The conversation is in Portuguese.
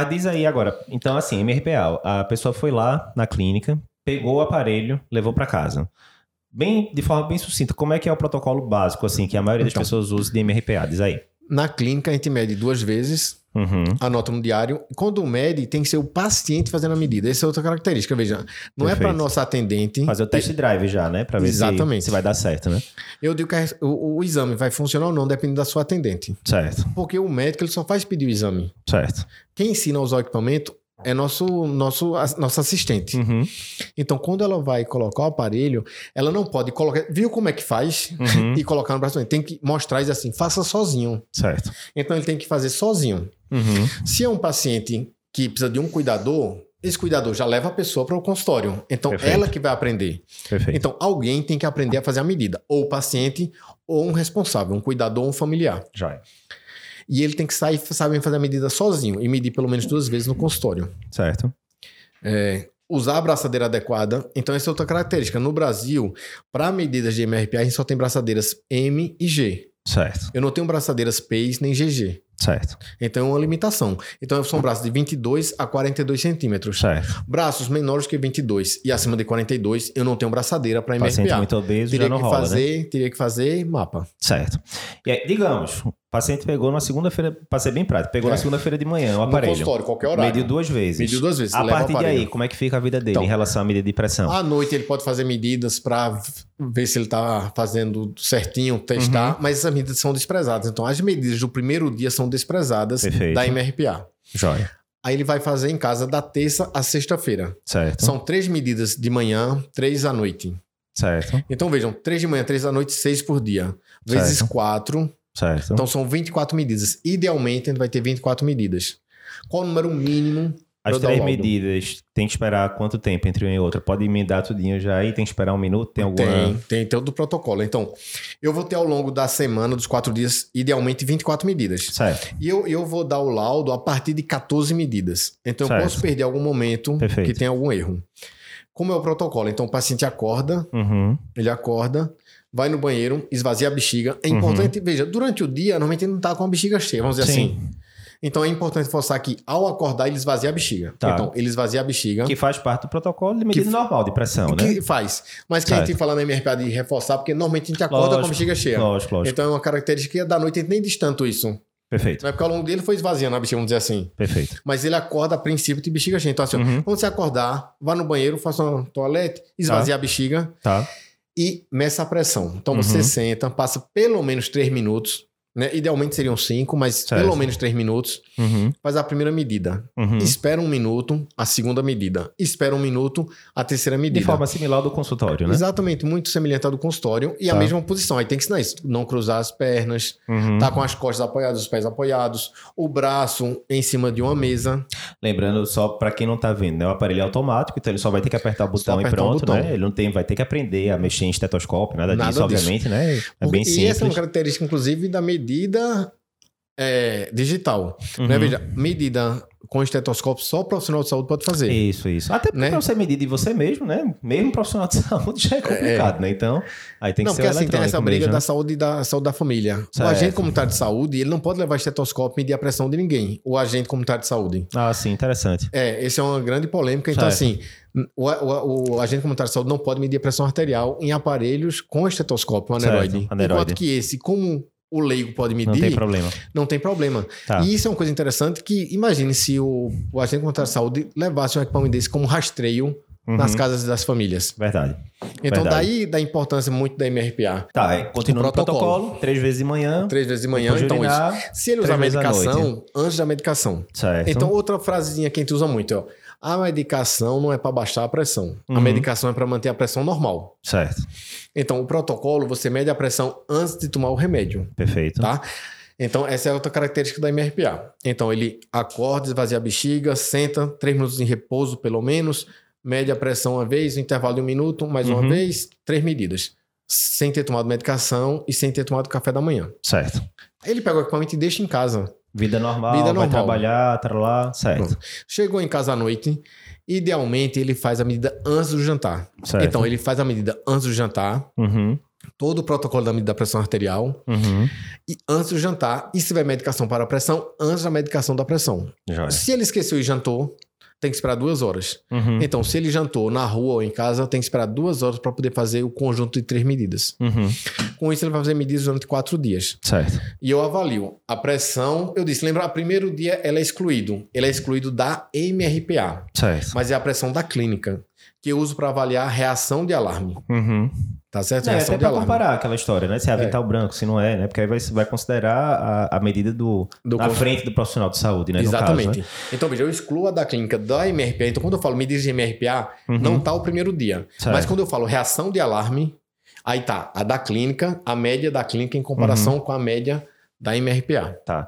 Ah, diz aí agora. Então, assim, MRPA, a pessoa foi lá na clínica, pegou o aparelho, levou para casa. Bem, de forma bem sucinta, como é que é o protocolo básico, assim, que a maioria das Então. pessoas usa de MRPA? Diz aí. Na clínica, a gente mede duas vezes, Uhum. anota no diário. Quando mede, tem que ser o paciente fazendo a medida. Essa é outra característica. Veja, não é para Perfeito. nossa atendente. Fazer o test drive já, né? Pra ver se- Exatamente. Se, vai dar certo, né? Eu digo que a- o, o exame vai funcionar ou não, depende da sua atendente. Certo, Porque o médico ele só faz pedir o exame. certo. Quem ensina a usar o equipamento é nosso, nosso, a- nosso assistente. Uhum, Então, quando ela vai colocar o aparelho, ela não pode colocar. Viu como é que faz? uhum, E colocar no braço dele. Tem que mostrar e dizer assim: faça sozinho. certo. Então, ele tem que fazer sozinho. Uhum, Se é um paciente que precisa de um cuidador, esse cuidador já leva a pessoa para o consultório. Então, Perfeito. ela que vai aprender. perfeito. Então, alguém tem que aprender a fazer a medida. Ou o paciente, ou um responsável, um cuidador ou um familiar. Joia. E ele tem que sair, saber fazer a medida sozinho e medir pelo menos duas vezes no consultório. Certo. Usar a braçadeira adequada. Então, essa é outra característica. No Brasil, para medidas de MRPA, a gente só tem braçadeiras M e G. Certo, Eu não tenho braçadeiras PEIS nem GG. certo, Então, é uma limitação. Então, são braços de 22 a 42 centímetros. certo. Braços menores que 22 e acima de 42, eu não tenho braçadeira para Paciente MRPA. muito obeso Teria já não que rola, né? fazer, teria que fazer mapa. Certo. E aí, digamos, o paciente pegou na segunda-feira, para ser bem prático, pegou É. na segunda-feira de manhã o No aparelho. consultório, qualquer horário. Mediu duas vezes. Mediu duas vezes. A leva o partir de aparelho. aí, como é que fica a vida dele Então. em relação à medida de pressão? À noite ele pode fazer medidas para ver se ele está fazendo certinho, testar, Uhum. mas essas medidas são desprezadas. Então, as medidas do primeiro dia são desprezadas Perfeito. da MRPA. Joia. Aí ele vai fazer em casa da terça à sexta-feira. Certo. São três medidas de manhã, três à noite. Certo. Então vejam, três de manhã, três à noite, seis por dia. Vezes Certo. quatro. Certo. Então são 24 medidas. Idealmente a gente vai ter 24 medidas. Qual o número mínimo? As eu dou três o laudo. medidas, tem que esperar quanto tempo entre uma e outra? Pode emendar tudinho já aí? Tem que esperar um minuto? Tem alguma... Tem, tem todo o protocolo. Então, eu vou ter ao longo da semana, dos quatro dias, idealmente 24 medidas. Certo. E eu, eu vou dar o laudo a partir de 14 medidas. Então, Certo. eu posso perder algum momento Perfeito. que tem algum erro. Como é o protocolo? Então, o paciente acorda, Uhum. ele acorda, vai no banheiro, esvazia a bexiga. É Uhum. importante, veja, durante o dia, normalmente ele não está com a bexiga cheia, vamos dizer Sim. assim. Então, é importante forçar que, ao acordar, ele esvazia a bexiga. Tá. Então, ele esvazia a bexiga. Que faz parte do protocolo de medida Que- normal de pressão, né? Que faz. Mas que a gente fala na MRPA de reforçar, porque normalmente a gente acorda com a Lógico, bexiga cheia. Lógico, lógico. Então é uma característica da noite, a gente nem diz tanto isso. Perfeito, Não é porque ao longo dele foi esvaziando a bexiga, vamos dizer assim. perfeito. Mas ele acorda a princípio de bexiga cheia. Então, assim, ó, Uhum. quando você acordar, vá no banheiro, faça uma toalete, esvazia a bexiga Tá, e meça a pressão. Então Uhum. você senta, passa pelo menos 3 minutos, né? Idealmente seriam 5, mas Certo. pelo menos 3 minutos. Uhum, Faz a primeira medida. uhum. Espera um minuto, a segunda medida. Espera um minuto, a terceira é medida. De forma similar ao do consultório, né? Exatamente, muito semelhante ao do consultório e Tá. a mesma posição. Aí tem que ensinar isso: não cruzar as pernas, Uhum. tá com as costas apoiadas, os pés apoiados, o braço em cima de uma mesa. Lembrando, só pra quem não tá vendo, né? O aparelho é automático, então ele só vai ter que apertar o botão e apertar o pronto, botão. né? Ele não tem, vai ter que aprender a mexer em estetoscópio, nada, Nada disso, disso. obviamente, né? É bem e essa é uma simples. característica, inclusive, da medida é, digital. Uhum. Né? Veja, medida com estetoscópio só o profissional de saúde pode fazer. Isso, isso. Até porque Né? pra você medir de você mesmo, né? Mesmo profissional de saúde já é complicado, né? Então, aí tem que não, ser porque o assim tem eletrônico essa briga mesmo, da né? saúde e da saúde da família. O Certo. agente comunitário de saúde, ele não pode levar estetoscópio e medir a pressão de ninguém. O agente comunitário de saúde. Ah, sim, interessante. É, essa é uma grande polêmica. Então, Certo. assim, o, o- o agente comunitário de saúde não pode medir a pressão arterial em aparelhos com estetoscópio, um Certo, aneroide. aneroide. Enquanto que esse, como o leigo pode medir, Não tem problema. problema. Tá. E isso é uma coisa interessante que, imagine se o, o agente comunitário de saúde levasse um equipamento desse como rastreio Uhum. nas casas das famílias. Verdade. Então, Verdade. daí da importância muito da MRPA. Tá, aí, continua no Ah, protocolo. protocolo, três vezes de manhã. Três vezes de manhã, depois de então isso. urinar, Se ele três usar vezes à medicação, antes da medicação. Certo. Então, outra frasezinha que a gente usa muito, ó. A medicação não é para baixar a pressão. Uhum. A medicação é para manter a pressão normal. Certo. Então, o protocolo, você mede a pressão antes de tomar o remédio, Perfeito. tá? Então, essa é outra característica da MRPA. Então, ele acorda, esvazia a bexiga, senta, três minutos em repouso, pelo menos, mede a pressão uma vez, um intervalo de um minuto, mais Uhum. uma vez, três medidas. Sem ter tomado medicação e sem ter tomado café da manhã. Certo. Aí Ele pega o equipamento e deixa em casa. Vida normal, Vida vai normal. trabalhar, tá lá. Certo. Chegou em casa à noite, idealmente ele faz a medida antes do jantar. certo. Então ele faz a medida antes do jantar, Uhum. todo o protocolo da medida da pressão arterial Uhum. e antes do jantar. E se tiver medicação para a pressão, antes da medicação da pressão. Joia. Se ele esqueceu e jantou, tem que esperar duas horas. Uhum. Então, se ele jantou na rua ou em casa, tem que esperar duas horas para poder fazer o conjunto de três medidas. Uhum. Com isso, ele vai fazer medidas durante quatro dias. Certo. E eu avalio a pressão. Eu disse, lembra, primeiro dia ela é excluído. Ele é excluído da MRPA, Certo. mas é a pressão da clínica, que eu uso para avaliar a reação de alarme. Uhum. Tá certo? É, reação até de pra alarme. comparar aquela história, né? Se é É. vital branco, se não é, né? Porque aí vai, vai considerar a, a medida do, Do na con- frente do profissional de saúde, né? No caso, Exatamente. né? Então, veja, eu excluo a da clínica da MRPA. Então, quando eu falo medidas de MRPA, Uhum. não tá o primeiro dia. Certo. Mas quando eu falo reação de alarme, Uhum. aí tá a da clínica, a média da clínica em comparação com a média da MRPA. Tá.